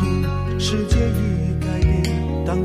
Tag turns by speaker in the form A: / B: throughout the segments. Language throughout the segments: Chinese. A: 天，世界已改变，当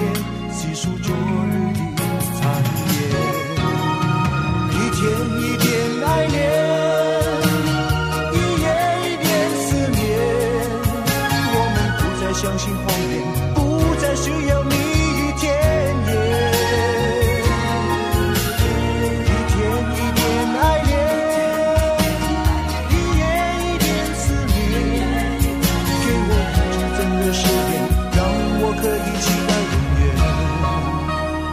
A: 细数昨日的残夜？一天一点爱恋，一夜一点思念。我们不再相信谎言，不再需要蜜语甜言。一天一点爱恋，一夜一点思念。给我纯真的誓言，让我可以期待永远。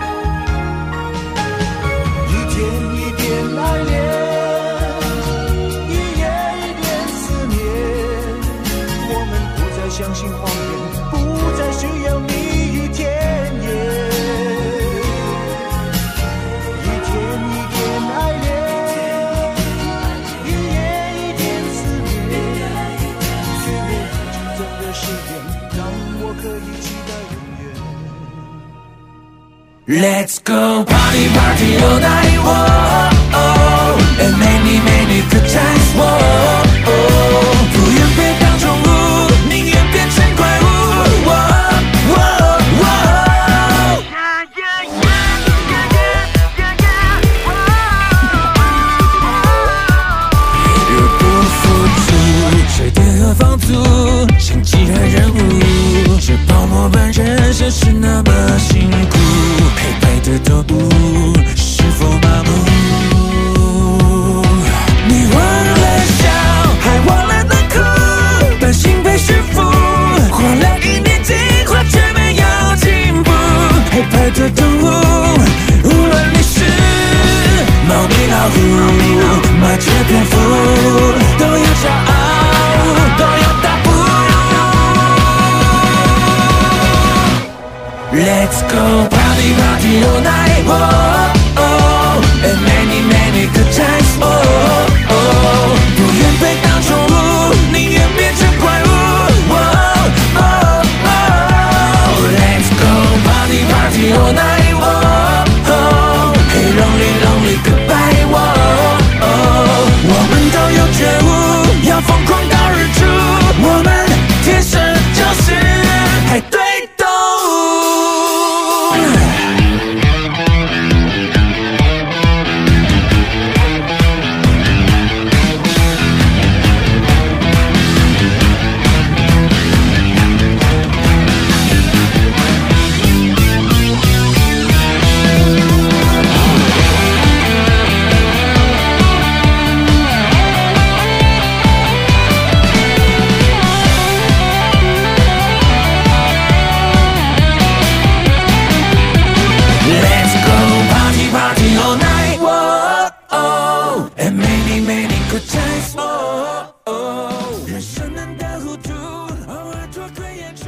A: 一天一点爱恋，一夜一点思念。我们不再相信谎言，不再需要蜜语甜言。一天一点爱恋，一夜一点思念。给我纯真的誓言，让我可以期待永远。
B: Let's go party party all night, whoa, oh, and many many good times, whoa, oh, 不愿被当宠物，宁愿变成怪物，whoa, whoa, whoa.
C: Yeah.
B: 日不付出，水电和房租，像极了人物。这泡沫般人生是那么辛苦，黑白的错误是否麻木？你忘了笑，还忘了难哭，担心被驯服，活了一年进化却没有进步，黑白的动物，无论你是猫咪、老虎、麻雀、蝙蝠，都要骄傲，都要大步。Let's go party party all night, oh oh, and many many good times, oh oh. 不愿被当宠物，宁愿变成怪物，oh oh oh. Let's go party party all night, oh oh, hey lonely lonely goodbye, oh oh. 我们都有觉悟，要疯狂到日出，我们天生就是派对动物。Let's go party party all night. Whoa, oh, and many many good times. Whoa, oh, 人生难得糊涂，偶尔做个演出。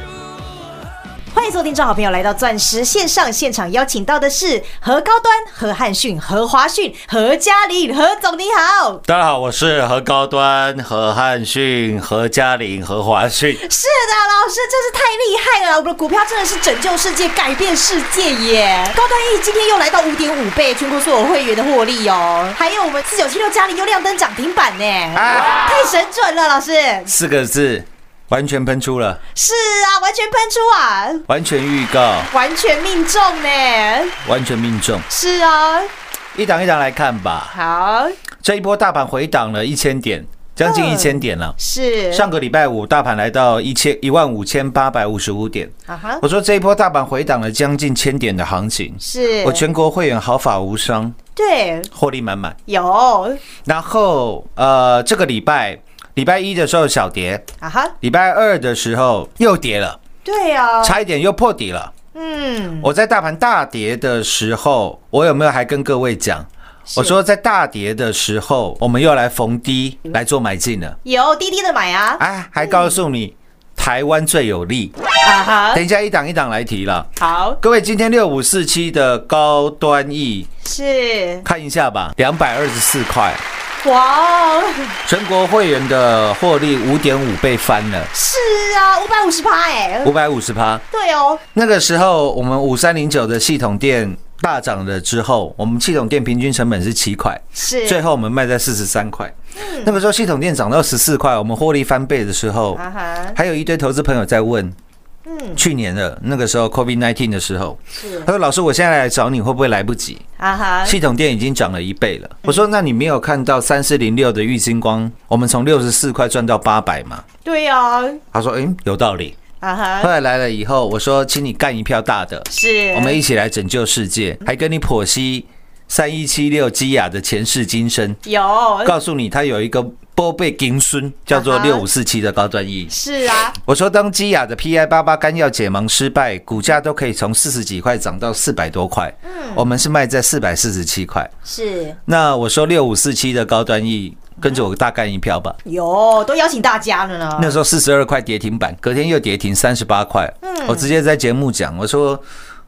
D: 欢迎收听，众好朋友来到钻石线上现场，邀请到的是何高端、何汉逊、何华逊、何嘉玲，何总你好，
E: 大家好，我是何高端、何汉逊、何嘉玲、何华 逊。
D: 是的，老师真是太厉害了！我们的股票真的是拯救世界、改变世界耶！高端 E 今天又来到五点五倍，全国所有会员的获利哦，还有我们四九七六嘉玲又亮灯涨停板呢，太神准了，老师！
E: 四个字，完全喷出了，
D: 是啊，完全喷出啊，
E: 完全预告，
D: 完全命中呢！
E: 完全命中。
D: 是啊，
E: 一档一档来看吧，
D: 好
E: 这一波大盘回档了一千点，将近
D: 嗯
E: 一千点了。
D: 是
E: 上个礼拜五，大盘来到一千一万五千八百五十五点。
D: 啊哈
E: 我说这一波大盘回档了将近千点的行情，
D: 是
E: 我全国会员毫发无伤，
D: 对对，
E: 获利满满。
D: 有
E: 然后呃，这个礼拜礼拜一的时候小跌，
D: 啊哈，
E: 礼拜二的时候又跌了，
D: 对啊，
E: 差一点又破底了。
D: 嗯，
E: 我在大盘大跌的时候，我有没有还跟各位讲？我说在大跌的时候，我们又来逢低来做买进了。
D: 有滴滴的买啊，
E: 哎，还告诉你台湾最有利。
D: 啊哈，
E: 等一下一档一档来提了。
D: 好，
E: 各位，今天六五四七的高端 E
D: 是，
E: 看一下吧，两百二十四块，
D: 哇哦，
E: 全国会员的获利五点五倍翻了，
D: 是啊，五百五十趴哎
E: 五，百五十趴。
D: 对哦，
E: 那个时候我们五三零九的系统店大涨了之后，我们系统店平均成本是七块，
D: 是，嗯
E: 最后我们卖在四十三块。那个时候系统店涨到十四块，我们获利翻倍的时候，
D: 啊哈，
E: 还有一堆投资朋友在问，
D: 嗯，
E: 去年的那个时候 COVID nineteen 的时候，
D: 是
E: 他，说：“老师，我现在来找你会不会来不及？
D: 啊嗯哈，
E: 系统店已经涨了一倍了。”我说：“那你没有看到三四零六的玉金光，我们从六十四块赚到八百吗
D: 对啊，？”
E: 他说：“嗯，有道理。”
D: 啊
E: 后
D: 哈，
E: 来来了以后，我说：“请你干一票大的，
D: 是，
E: 我们一起来拯救世界。”还跟你剖析三一七六基亚的前世今生，
D: 有，
E: 告诉你他有一个波贝金孙，叫做
D: 啊哈
E: 六五四七的高端 E。
D: 是啊，
E: 我说，当基亚的 PI 八八干药解盲失败，股价都可以从四十几块涨到四百多块，
D: 嗯
E: 我们是卖在四百四十七块。
D: 是
E: 那我说六五四七的高端 E，跟着我大干一票吧。
D: 有，都邀请大家了呢，
E: 那时候四十二块跌停板，隔天又跌停三十八块。
D: 嗯
E: 我直接在节目讲，我说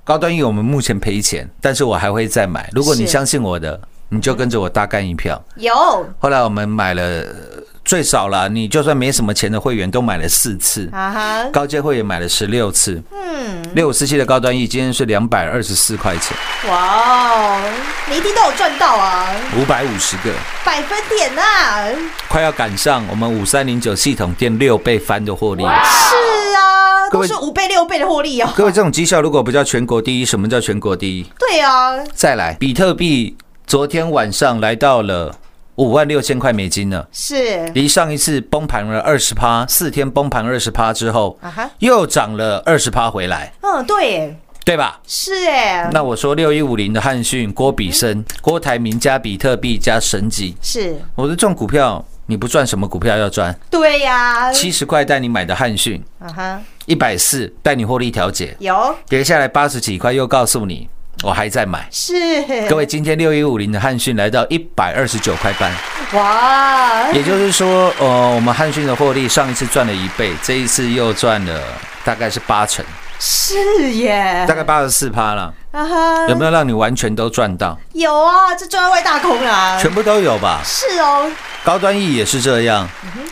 E: 高端 E 我们目前赔钱，但是我还会再买。如果你
D: 是
E: 相信我的，你就跟着我大干一票。
D: 有，
E: 后来我们买了呃最少了，你就算没什么钱的会员都买了四次。
D: 啊哈，
E: 高阶会员买了十六次，嗯，六五四七的高端 E 今天是两百二十四块钱，
D: 哇哦，你一定都有赚到啊，
E: 五百五十个，
D: 百分点啊呐、
E: 快要赶上我们五三零九系统店六倍翻的获利。
D: 是啊，
E: 各
D: 都
E: 位
D: 是五倍六倍的获利哦。
E: 各位，这种绩效如果不叫全国第一，什么叫全国第一？
D: 对啊，
E: 再来，比特币昨天晚上来到了五万六千块美金了，
D: 是
E: 离上一次崩盘了二十趴，四天崩盘二十趴之后
D: 啊哈，
E: 又涨了二十趴回来，
D: 嗯，对耶，
E: 对吧？
D: 是哎，
E: 那我说六一五零的汉讯、郭比生、郭台铭加比特币加神级，
D: 是，
E: 我说这种股票你不赚什么股票要赚？
D: 对呀、啊，
E: 七十块带你买的汉讯，
D: 哈，
E: 一百四带你获利调节，
D: 有
E: 跌下来八十几块又告诉你我还在买。
D: 是，
E: 各位，今天六一五零的汉讯来到一百二十九块半，
D: 哇，
E: 也就是说，呃，我们汉讯的获利上一次赚了一倍，这一次又赚了大概是八成，
D: 是耶
E: 大，概八十四趴了，
D: 啊哈，
E: 有没有让你完全都赚到？
D: 有啊，这赚外大空啊，
E: 全部都有吧？
D: 是哦，
E: 高端 E 也是这样，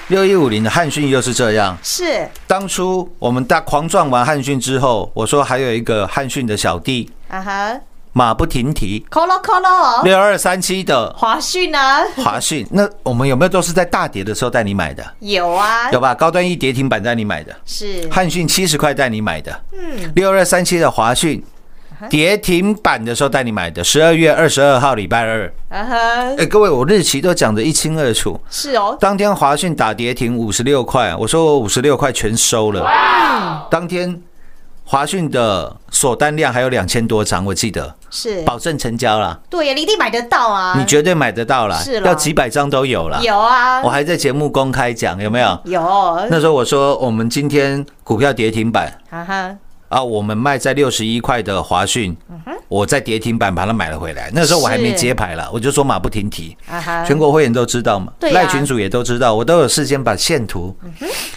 E: 六一五零的汉讯又是这样。
D: 是
E: 当初我们大狂撞完汉讯之后，我说还有一个汉讯的小弟
D: 啊哈，
E: 马不停蹄，
D: 扣咯扣咯，
E: 六二三七的
D: 华讯啊，
E: 华讯，那我们有没有都是在大跌的时候带你买的？
D: 有啊，
E: 有吧？高端 E 跌停板带你买的，
D: 是
E: 汉讯七十块带你买的，六二三七的华讯。跌停板的时候带你买的，十二月二十二号礼拜二。
D: 啊哈
E: 哎、，各位，我日期都讲得一清二楚。
D: 是哦，
E: 当天华讯打跌停五十六块，我说我五十六块全收了。当天华讯的锁单量还有两千多张，我记得
D: 是，
E: 保证成交了，
D: 对呀，你一定买得到啊，
E: 你绝对买得到了
D: 是，啦
E: 要几百张都有了。
D: 有嗯啊
E: 我，还在节目公开讲，有没有？
D: 有，
E: 那时候我说我们今天股票跌停板
D: 哈哈，
E: 啊，我们卖在六十一块的华讯，我在跌停板把它买了回来。那时候我还没
D: 嗯是
E: 揭牌了，我就说马不停蹄。
D: 啊哈，
E: 全国会员都知道嘛，
D: 对嗯啊
E: 赖群主也都知道，我都有事先把线图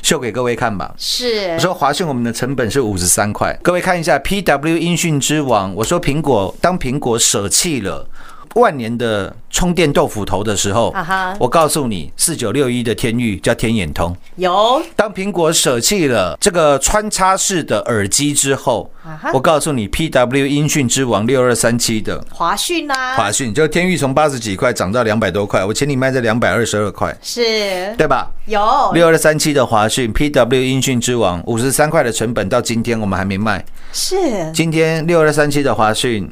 E: 秀给各位看吧。
D: 是
E: 我说华讯我们的成本是五十三块，各位看一下 PW 音讯之王。我说苹果当苹果舍弃了万年的充电豆腐头的时候
D: 啊哈，
E: 我告诉你，四九六一的天域叫天眼通。
D: 有
E: 当苹果舍弃了这个穿插式的耳机之后
D: 啊哈，
E: 我告诉你，PW 音讯之王六二三七的
D: 华讯啊，
E: 华讯，就天域从八十几块涨到两百多块，我请你卖在两百二十二块，
D: 是
E: 对吧？
D: 有
E: 六二三七的华讯，PW 音讯之王，五十三块的成本到今天我们还没卖，
D: 是，
E: 今天六二三七的华讯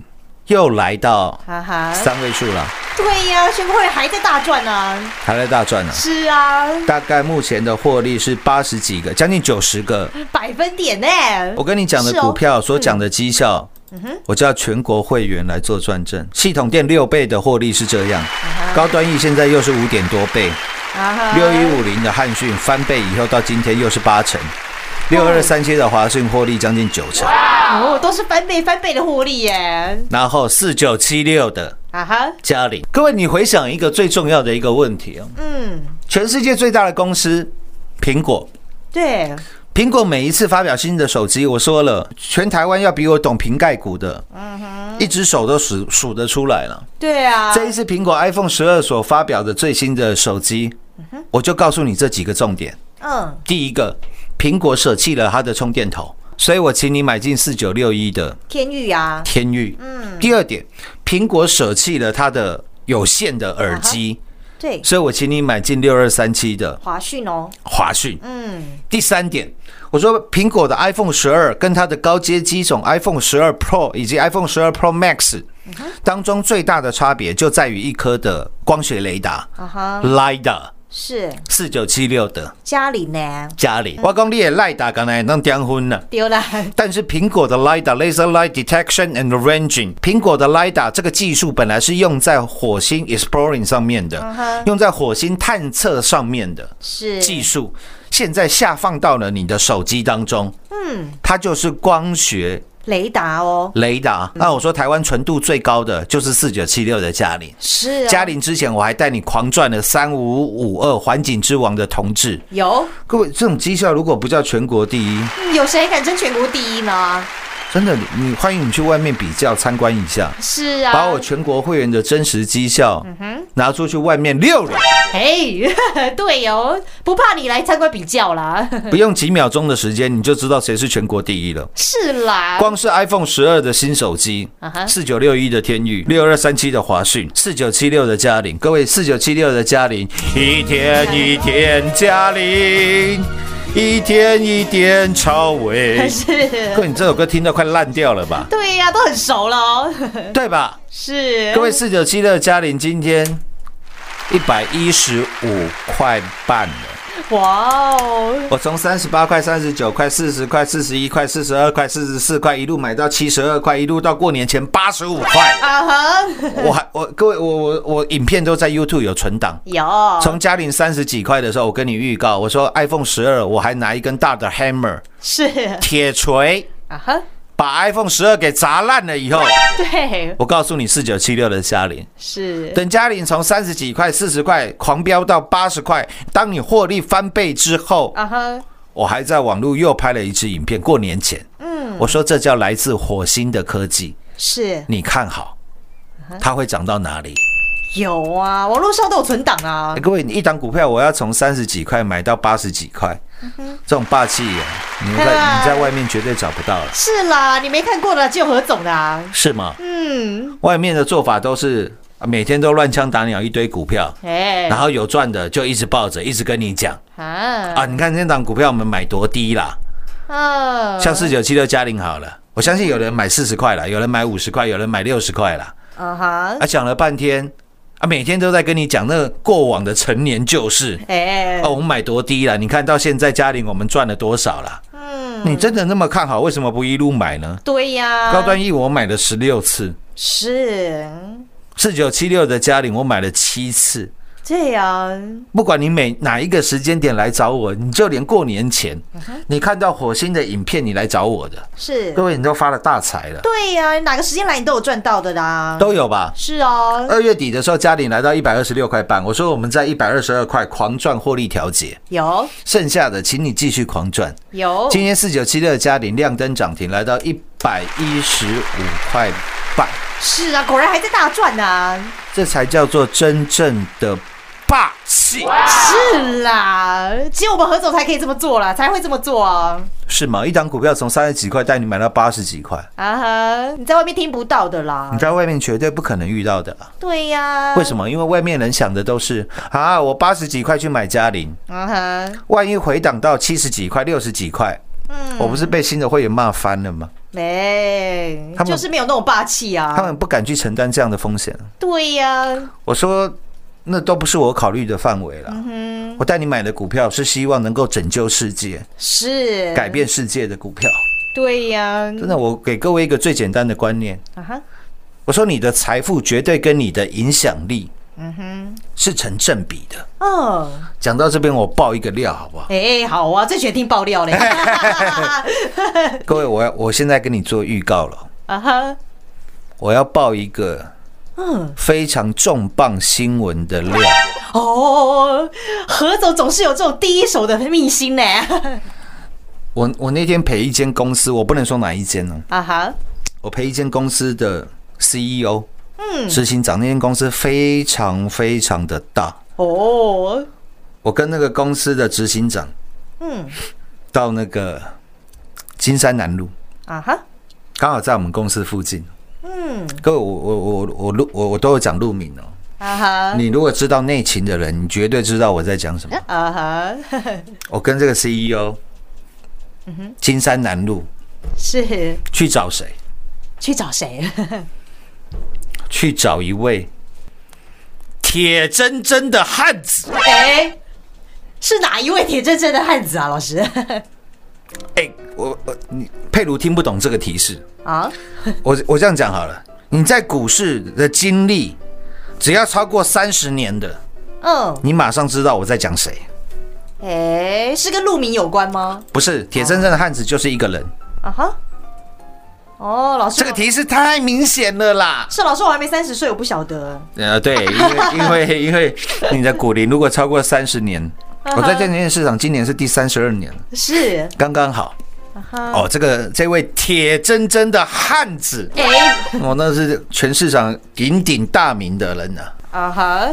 E: 又来到
D: 哈哈，
E: 三位数了，
D: 对呀、全国会还在大赚啊，
E: 还在大赚了。
D: 是啊，
E: 大概目前的获利是八十几个，将近九十个。
D: 百分点呢、
E: 我跟你讲的
D: 是哦嗯
E: 股票所讲的绩效，我叫全国会员来做转正。系统店六倍的获利是这样，高端 E 现在又是五点多倍，
D: 啊哈
E: 六一五零的汉讯翻倍以后到今天又是八成，六二三七的华讯获利将近九成，
D: 哦，都是翻倍翻倍的获利耶，
E: 然后四九七六的
D: 啊哈，
E: 嘉玲。各位，你回想一个最重要的一个问题哦，
D: 嗯，
E: 全世界最大的公司苹果。
D: 对，
E: 苹果每一次发表新的手机，我说了，全台湾要比我懂瓶盖股的，一只手都数数得出来了。
D: 对嗯啊，
E: 这一次苹果 iPhone 十二所发表的最新的手机，我就告诉你这几个重点。
D: 嗯，
E: 第一个，苹果舍弃了它的充电头，所以我请你买进四九六一的
D: 天域啊，
E: 天域。第二点，苹果舍弃了它的有线的耳机，
D: 对，
E: 所以我请你买进六二三七的
D: 华讯哦，
E: 华讯。
D: 嗯，
E: 第三点，我说苹果的 iPhone 十二跟它的高阶机种 iPhone 十二 Pro 以及 iPhone 十二 Pro Max 当中最大的差别就在于一颗的光学雷达、
D: 啊哈，
E: LiDAR
D: 是
E: 四九七六的
D: 嘉里呢，
E: 加里，我讲你也 LiDAR 刚才能订婚了。
D: 丢了，
E: 但是苹果的 LiDAR Laser Light Detection and Ranging，苹果的 LiDAR 这个技术本来是用在火星 Exploring 上面的，用在火星探测上面的。
D: 嗯是
E: 技术，现在下放到了你的手机当中，嗯，它就是光学
D: 雷达哦，
E: 雷达。那我说台湾纯度最高的就是四九七六的嘉陵，
D: 是啊
E: 嘉陵之前我还带你狂赚了三五五二环境之王的同志。
D: 有，
E: 各位，这种绩效如果不叫全国第一，
D: 嗯有谁敢争全国第一呢？
E: 真的，你你欢迎你去外面比较参观一下，
D: 是啊，
E: 把我全国会员的真实绩效
D: 嗯
E: 拿出去外面溜 了，
D: 哎， 对哦，不怕你来参观比较啦，
E: 不用几秒钟的时间你就知道谁是全国第一了。
D: 是啦，
E: 光是 iPhone 十二的新手机
D: 啊哈，
E: 四九六一的天域，六二三七的华讯，四九七六的嘉陵，各位四九七六的嘉陵，一天一天嘉陵，一天一天超 维。
D: 是，
E: 各位，你这首歌听到快烂掉了 吧？
D: 对呀、都很熟了哦，
E: 对吧？
D: 是，
E: 各位四九七六的嘉陵，今天一百一十五块半了。
D: 哇哦，
E: 我从三十八块、三十九块、四十块、四十一块、四十二块、四十四块一路买到七十二块，一路到过年前八十五块。
D: 啊哈，
E: 我还我各位我我我影片都在 YouTube 有存档。
D: 有，
E: 从嘉玲三十几块的时候，我跟你预告，我说 iPhone 十二，我还拿一根大的 hammer
D: 是
E: 铁锤，
D: 啊哈，
E: 把 iPhone 十二给砸烂了以后，
D: 对，
E: 我告诉你四九七六的嘉玲，
D: 是，
E: 等嘉玲从三十几块、四十块狂飙到八十块，当你获利翻倍之后，
D: 啊哈，
E: 我还在网络又拍了一支影片，过年前，嗯，我说这叫来自火星的科技，
D: 是
E: 你看好，
D: 嗯
E: 它会涨到哪里？
D: 有啊，网络上都有存档啊
E: 欸、，各位，你一档股票我要从三十几块买到八十几块，这种霸气眼，你在
D: 嗯啊
E: 你在外面绝对找不到了，
D: 是啦，你没看过的就有何总的啊，
E: 是吗？
D: 嗯，
E: 外面的做法都是啊每天都乱枪打鸟一堆股票，
D: 哎、
E: 然后有赚的就一直抱着，一直跟你讲
D: 啊，
E: 啊，你看这档股票我们买多低啦，
D: 嗯，
E: 像四九七六嘉陵好了，我相信有人买四十块啦，有人买五十块，有人买六十块啦，
D: 啊哈，
E: 啊，讲了半天啊，每天都在跟你讲那个过往的陈年旧事。
D: 哎、
E: 哦，我们买多低了？你看到现在嘉玲我们赚了多少了？嗯，你真的那么看好，为什么不一路买呢？
D: 对呀、
E: 高端 E 我买了十六次，
D: 是，
E: 四九七六的嘉玲我买了七次。
D: 对呀、
E: 不管你每哪一个时间点来找我，你就连过年前，你看到火星的影片，你来找我的，
D: 是，
E: 各位你都发了大财了，
D: 对呀、哪个时间来你都有赚到的啦，
E: 都有吧？
D: 是哦，
E: 二月底的时候，嘉玲来到一百二十六块半，我说我们在一百二十二块狂赚获利调节，
D: 有
E: 剩下的请你继续狂赚。
D: 有，
E: 今天四九七六嘉玲亮灯涨停，来到一百一十五块半，
D: 是啊，果然还在大赚呢、啊，
E: 这才叫做真正的霸气，
D: 是啦，只有我们何总才可以这么做啦，才会这么做啊，
E: 是吗？一档股票从三十几块带你买到八十几块，
D: 啊哈，你在外面听不到的啦
E: 你，在外面绝对不可能遇到的。
D: 对呀、
E: 为什么？因为外面人想的都是啊，我八十几块去买嘉玲，
D: 么？啊哈，
E: 万一回档到七十几块、六十几块，我不是被新的会员骂翻了吗？
D: 没
E: 他，们
D: 就是没有那种霸气啊，
E: 他们不敢去承担这样的风险。
D: 对呀、
E: 我说那都不是我考虑的范围了。我带你买的股票是希望能够拯救世界、
D: 是
E: 改变世界的股票。
D: 对呀，
E: 真的，我给各位一个最简单的观念，
D: 啊哈，
E: 我说你的财富绝对跟你的影响力，嗯哼，是成正比的。
D: 哦，
E: 讲到这边，我爆一个料好不 好？
D: 哎，好啊，最喜欢听爆料 嘞，
E: 各位，我要我现在跟你做预告了，
D: 啊哈，
E: 我要爆一个
D: 嗯，
E: 非常重磅新闻的料。
D: 哦，何总总是有这种第一手的秘辛呢，
E: 我我那天陪一间公司，我不能说哪一间哦呢，
D: 啊哈，
E: 我陪一间公司的 CEO，嗯，执行长，那间公司非常非常的大，
D: 哦，
E: 我跟那个公司的执行长，
D: 嗯，
E: 到那个金山南路，
D: 啊哈，
E: 刚好在我们公司附近。嗯，各位，我我我我路我我都有讲路名哦。
D: 啊哈，
E: 你如果知道内情的人，你绝对知道我在讲什么。
D: 啊哈，
E: 我跟这个 CEO，金
D: 嗯
E: 山南路
D: 是
E: 去找谁？
D: 去找谁？
E: 去找一位铁铮铮的汉子。
D: 哎，是哪一位铁铮铮的汉子啊，老师？
E: 哎、我我你佩如听不懂这个提示，
D: 啊，
E: 我我这样讲好了。你在股市的经历，只要超过三十年的，
D: 嗯，
E: 你马上知道我在讲谁。
D: 哎，是跟陆明有关吗？
E: 不是铁铮铮的汉子就是一个人，
D: 啊哈，哦，老师，
E: 这个提示太明显了啦。
D: 是老师，我还没三十岁，我不晓得。
E: 呃，对，因为因为因为你的股龄如果超过三十年，我在证券市场今年是第三十二年，
D: 是，
E: 刚刚好。哦，这个这位铁铮铮的汉子，
D: 哎，
E: 哦，那是全市场鼎鼎大名的人呢、啊。
D: 啊哈，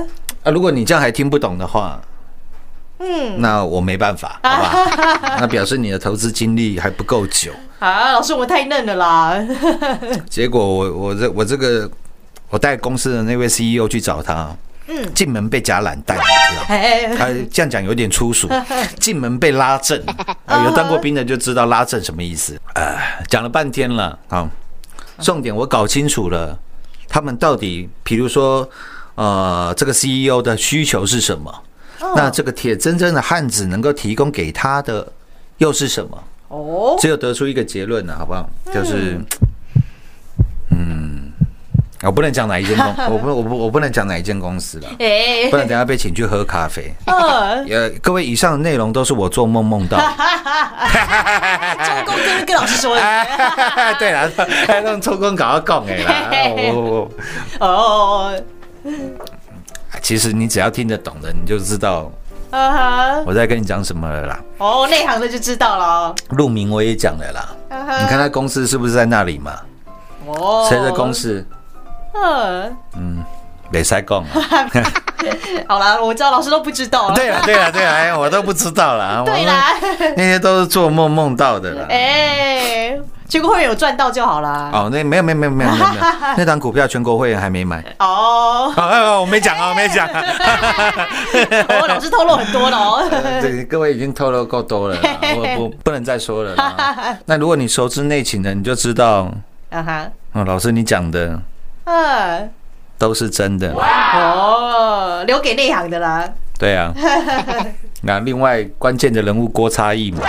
E: 如果你这样还听不懂的话，嗯，那我没办 法，好吧？那表示你的投资经历还不够久。
D: 啊，老师，我太嫩了啦。
E: 结果我我这我这个我带公司的那位 CEO 去找他，嗯，进门被夹懒蛋，你知道吗？
D: 哎，
E: 他这样讲有点粗俗，进门被拉正，啊有当过兵的就知道拉正什么意思。呃，讲了半天了，好，重点我搞清楚了，他们到底，比如说，呃，这个 CEO 的需求是什么？那这个铁铮铮的汉子能够提供给他的又是什么？
D: 哦，
E: 只有得出一个结论了，好不好？就是，嗯，我不能讲哪一间公，我不我不我不能讲哪一间公司了，
D: 哎
E: 不，然等下被请去喝咖啡。
D: 嗯，
E: 呃，各位，以上的内容都是我做梦梦 到的。
D: 周 公跟跟老师说的。
E: 哎 对啦，哎弄抽空搞到讲的啦。哎我我我
D: 哦，
E: 其实你只要听得懂的，你就知道
D: 啊哈，
E: 我在跟你讲什么了啦。
D: 哦，内行的就知道了。
E: 陆明我也讲了啦，
D: 啊
E: 你看
D: 哈，
E: 他公司是不是在那里嘛？
D: 哦，
E: 谁的公？司？
D: 嗯，
E: 没塞讲啊。
D: 好啦，我知道老师都不知道了。
E: 对啦，对啦，对啦，哎，我都不知道啦。
D: 对啦，
E: 我们那些都是做梦梦到的啦。
D: 哎，结果会员有赚到就好啦。
E: 哦，那没有没有没有没有没有没有，那档股票全国会员还 没买。
D: 哦，
E: 好，哎我没讲啊，我 没讲。
D: 哦，老师透露很多了
E: 呃
D: 哦。
E: 对，各位已经透露够多了啦，我不不能再说了啦。那如果你熟知内情的，你就知道，
D: 啊哈，
E: 哦，老师你讲的
D: 嗯，
E: 都是真的，
D: 哦，留给内行的啦。
E: 对 啊。那另外关键的人物郭差义嘛，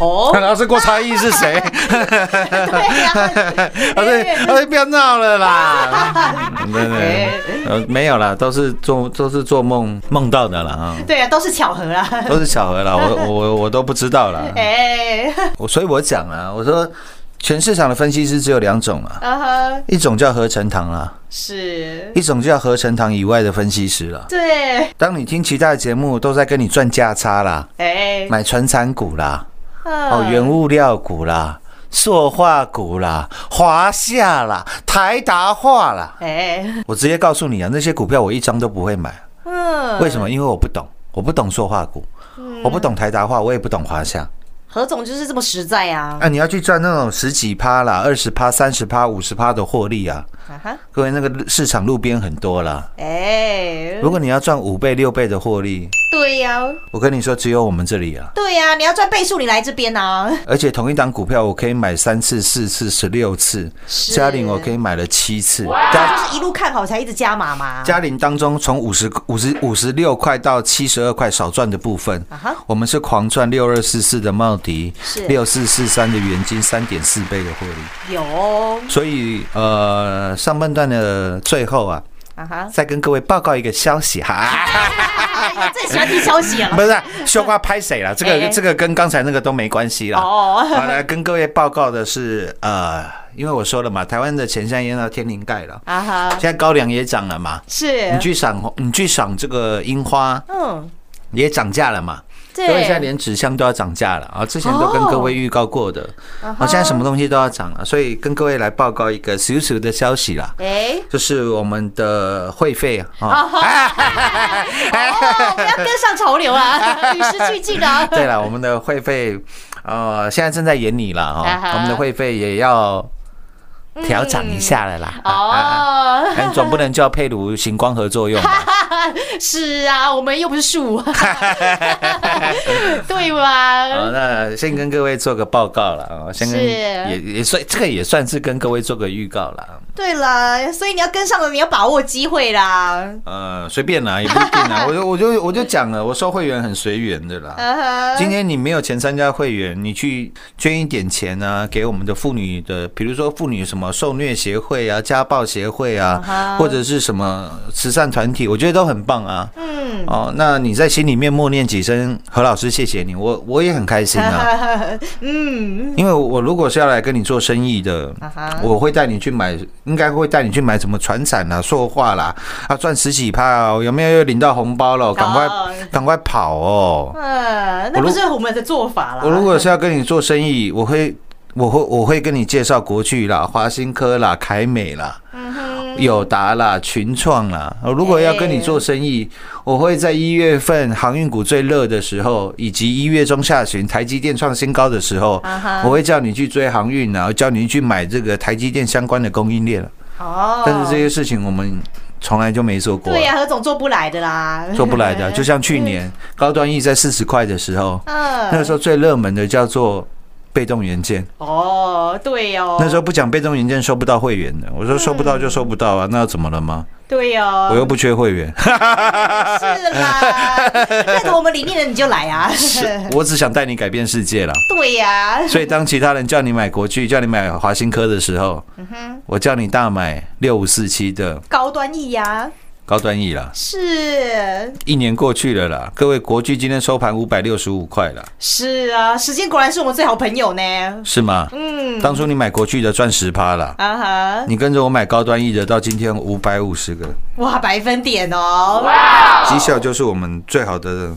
D: 哦
E: 那，老师郭差义是谁？
D: 对呀，
E: 老师，老师不要闹 了啦！真的
D: 哎，
E: 呃，没有啦，都是做都是做梦梦到的啦啊，
D: 对呀，都是巧合啦。
E: 都是巧合啦，我我我我都不知道啦。
D: 哎，
E: 我所以我讲啊，我说全市场的分析师只有两种啊。
D: 啊哈，
E: 一种叫合成堂啦，
D: 是，
E: 一种叫合成堂以外的分析师啦。
D: 对，
E: 当你听其他的节目都在跟你赚价差啦，
D: 哎，
E: 买传产股啦，哦
D: 哦，
E: 原物料股啦，塑化股啦，华夏啦，台达化啦，
D: 哎，
E: 我直接告诉你啊，那些股票我一张都不会买。啊
D: 嗯，
E: 为什么？因为我不懂，我不懂塑化股，我不懂台达化，我也不懂华夏。
D: 何总就是这么实在啊。
E: 啊，你要去赚那种十几趴啦、二十趴、三十趴、五十趴的获利啊！
D: 啊哈，
E: 各位，那个市场路边很多啦。
D: 哎，
E: 如果你要赚五倍六倍的获利，
D: 对呀、
E: 我跟你说，只有我们这里啊，
D: 对呀、你要赚倍数，你来这边啊。
E: 而且同一档股票我可以买三次、四次、十六次，
D: 是
E: 嘉玲我可以买了七次。嘉
D: 就是一路看好才一直加码嘛。
E: 嘉玲当中从五十五十五十六块到七十二块少赚的部分
D: 啊哈，
E: 我们是狂赚六二四四的茂迪
D: 是，
E: 六四四三的元金，三点四倍的获利。
D: 有
E: 所以呃，上半段的最后啊，
D: 啊哈，
E: 再跟各位报告一个消息哈，
D: 哎最喜欢听消息了。
E: 不是啊羞花拍谁了？这
D: 哎
E: 个这个跟刚才那个都没关系啦。
D: 哦，
E: 好来跟各位报告的是，呃，因为我说了嘛，台湾的钱现在淹到天灵盖了，
D: 啊哈
E: 现，在高粱也涨了嘛，
D: 是啊
E: 你，去赏你去赏这个樱花
D: 嗯，
E: 也涨价了嘛，
D: 对
E: 各位现在连纸箱都要涨价了啊，之前都跟各
D: 哦
E: 位预告过的，啊，现在什么东西都要涨了，所以跟各位来报告一个小小的消息啦。
D: 哎，
E: 就是我们的会费啊，
D: 哦，不要跟上潮流 啊，与时俱进啊。
E: 对了，我们的会费，呃，现在正在演你了哈、
D: 啊哈
E: 我们的会费也要调涨一下了
D: 嗯
E: 啦。啊，
D: 哦，
E: 哎，总不能叫佩鲁行光合 作用吧？
D: 是啊，我们又不是 树，对吧？
E: 好，哦那先跟各位做个报告了啊，先跟
D: 是
E: 也也算这个也算是跟各位做个预告了。
D: 对了，所以你要跟上了，你要把握机会啦。
E: 呃，随便啦，也不一定 啦。我就我就我就讲了，我收会员很随缘的啦。
D: 啊哈，
E: 今天你没有钱参加会员，你去捐一点钱啊，给我们的妇女的，比如说妇女什么受虐协会啊、家暴协会啊，或者是什么慈善团体，我觉得都很棒啊。
D: 嗯，
E: 哦，那你在心里面默念几声何老师，谢谢你，我我也很开心 啊。
D: 嗯，
E: 因为我如果是要来跟你做生意的
D: 啊哈，
E: 我会带你去买，应该会带你去买什么船产啦、塑化啦，啊，赚十几趴哦，有没有又领到红包了？赶快
D: 哦
E: 赶快跑哦！
D: 呃，那不是我们的做法啦。
E: 我如果是要跟你做生意，我会。我会我会跟你介绍国巨啦、华新科啦、凯美啦、
D: 嗯
E: 友达啦、群创啦。呃如果要跟你做生意，
D: 哎
E: 我会在一月份航运股最热的时候，以及一月中下旬台积电创新高的时候
D: 啊哈，
E: 我会叫你去追航运，然后叫你去买这个台积电相关的供应链了。
D: 哦，
E: 但是这些事情我们从来就没做过，
D: 对呀、何总做不来的啦，
E: 做不来的。啊就像去年高端 E 在四十块的时候，
D: 嗯，
E: 那个时候最热门的叫做被动元件。
D: 哦，对哦，
E: 那时候不讲被动元件收不到会员的，我说收不到就收不到啊，那又怎么了吗？
D: 对哦，
E: 我又不缺会员，
D: 是啊啦，认同我们理念的你就来啊，
E: 我只想带你改变世界啦。
D: 对呀、
E: 所以当其他人叫你买国巨、叫你买华新科的时候，
D: 嗯
E: 我叫你大买六五四七的
D: 高端意呀、
E: 高端 E 啦。
D: 是
E: 一年过去了啦，各位国巨今天收盘五百六十五块啦，
D: 是啊，时间果然是我们最好朋友呢，
E: 是吗？
D: 嗯，
E: 当初你买国巨的赚十趴啦，
D: 啊哈，
E: 你跟着我买高端 E 的到今天五百五十个，
D: 哇，百分点哦，
E: 绩效就是我们最好的，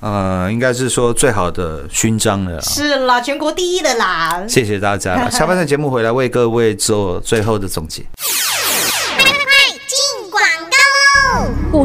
E: 呃，应该是说最好的勋章了啦。
D: 是啦，全国第一的啦，
E: 谢谢大家 了。下半段节目回来为各位做最后的总 结。
F: 进广告喽！股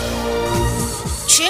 F: 全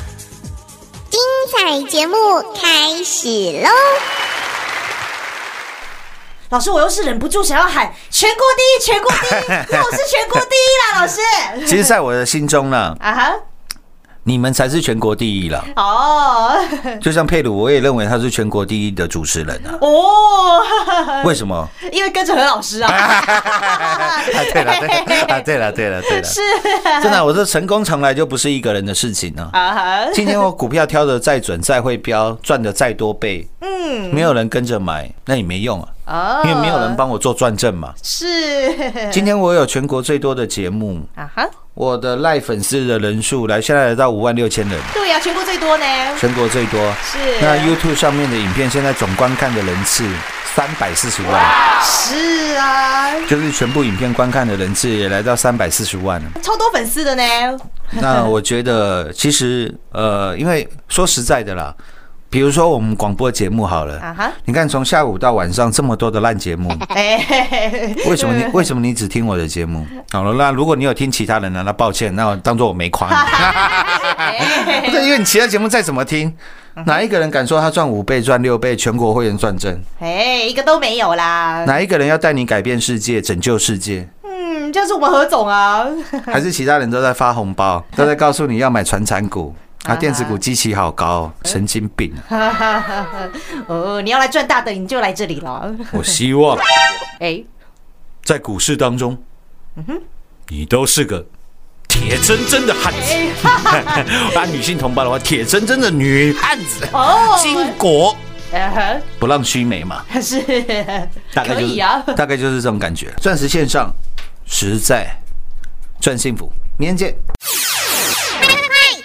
F: 彩节目开始喽！
D: 老师，我又是忍不住想要喊全国第一，全国第 一，那我是全国第一啦，老师。
E: 其实，在我的心中呢，
D: 啊哈，
E: 你们才是全国第一了。
D: 哦，
E: 就像佩鲁，我也认为他是全国第一的主持人啊。
D: 哦， 哈哈
E: 为什 么？
D: 因为跟着何老师 啊，
E: 啊，对了，对了，啊，对了，对了， 对了，
D: 是
E: 真的啊，我这成功从来就不是一个人的事情啊。
D: 啊哈，
E: 今天我股票嗯挑的再准、再会标，赚的再多倍，嗯，没有人跟着买，那也没用啊。
D: 哦
E: 因为没有人帮我做转正嘛。
D: 是
E: 今天我有全国最多的节目，
D: 啊哈，
E: 我的赖粉丝的人数来现在来到五万六千人，
D: 对呀、全国最多呢，
E: 全国最多。
D: 是
E: 那 YouTube 上面的影片现在总观看的人次三百四十万，
D: 是啊，
E: 就是全部影片观看的人次也来到三百四十万了。
D: 超多粉丝的呢，
E: 那我觉得其实呃，因为说实在的啦，比如说我们广播节目好了，
D: 啊哈
E: 你看从下午到晚上这么多的烂 节目，
D: 哎、嘿嘿嘿
E: 为什么 你为什么你只听我的节目？好了，那如果你有听其他人的，那抱歉，那我当做我没夸
D: 哎
E: 你。 不是因为你其他节目再怎么听，
D: 嗯
E: 哪一个人敢说他赚五倍、赚六倍，全国会员赚正？
D: 哎，一个都没有啦，
E: 哪一个人要带你改变世界、拯救 世界？
D: 嗯，就是我们何总啊，
E: 还是其他人都在发 红包，都在告诉你要买传产股啊，电子股基期好高哦，
D: 嗯
E: 神经病！
D: 哦，你要来赚大的，你就来这里了，
E: 我希望
D: 哎，
E: 在股市当中，
D: 嗯
E: 你都是个铁铮铮的 汉子。按女性同胞的话，铁铮铮的女汉子，
D: 哦，
E: 巾帼
D: 呃
E: 不让须眉嘛，
D: 是，
E: 大 概
D: 可
E: 就
D: 以
E: 是
D: 啊，
E: 大概就是这种感觉。钻石线上，实在赚幸福，明天见。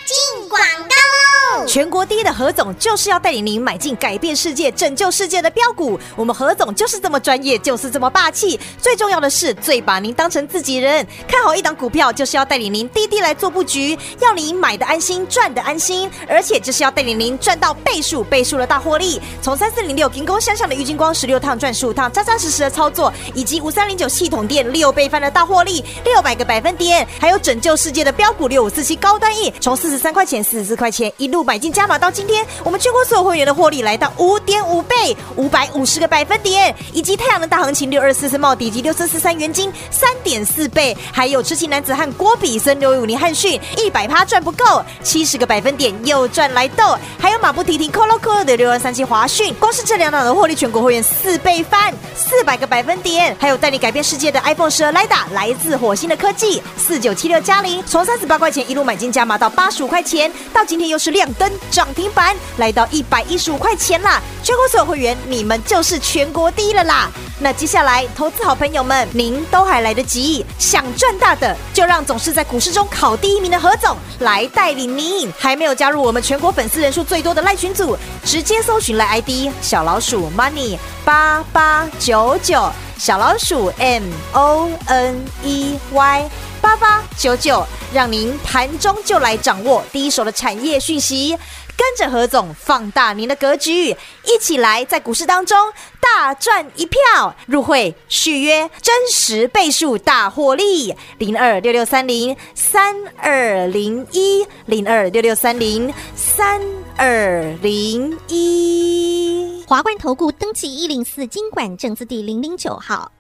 F: 进广告喽！
D: 全国第一的何总就是要带领您买进改变世界、拯救世界的标股。我们何总就是这么专业，就是这么霸气。最重要的是，最把您当成自己人。看好一档股票，就是要带领您滴滴来做布局，要您买的安心，赚的安心，而且就是要带领您赚到倍数、倍数的大获利。从三四零六金工向上的郁金光十六趟赚十五趟，扎扎实实的操作，以及五三零九系统店六倍翻的大获利，六百个百分点，还有拯救世界的标股六五四七高端 E，从四十三块钱、四十四块钱一路买进加码到今天，我们全国所有会员的获利来到五点五倍，五百五十个百分点，以及太阳能大行情六二四四茂迪及六四四三元金三点四倍，还有痴情男子汉郭比森六一五零汉逊一百趴赚不够，七十个百分点又赚来豆，还有马不停蹄 Colo Colo 的六二三七华讯，光是这两档的获利全国会员四倍翻，四百个百分点，还有带你改变世界的 iPhone 十二 Lida 来自火星的科技四九七六加零，从三十八块钱一路买进加码到八十五块钱，到今天又是亮灯涨停板，来到一百一十五块钱啦！全国所有会员，你们就是全国第一了啦！那接下来，投资好朋友们，您都还来得及，想赚大的，就让总是在股市中考第一名的何总来带领您。还没有加入我们全国粉丝人数最多的赖群组，直接搜寻赖 ID 小老鼠 money 八八九九，小老鼠 m o n e y 八八九九，让您盘中就来掌握第一手的产业讯息。跟着何总放大您的格局，一起来在股市当中大赚一票，入会续约真实倍数大获利。零二六六三零三二零一零二六六三零三二零一。
F: 华冠投顾登记一零四经管证字第零零九号。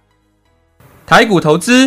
C: 台股投资，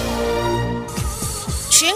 G: 全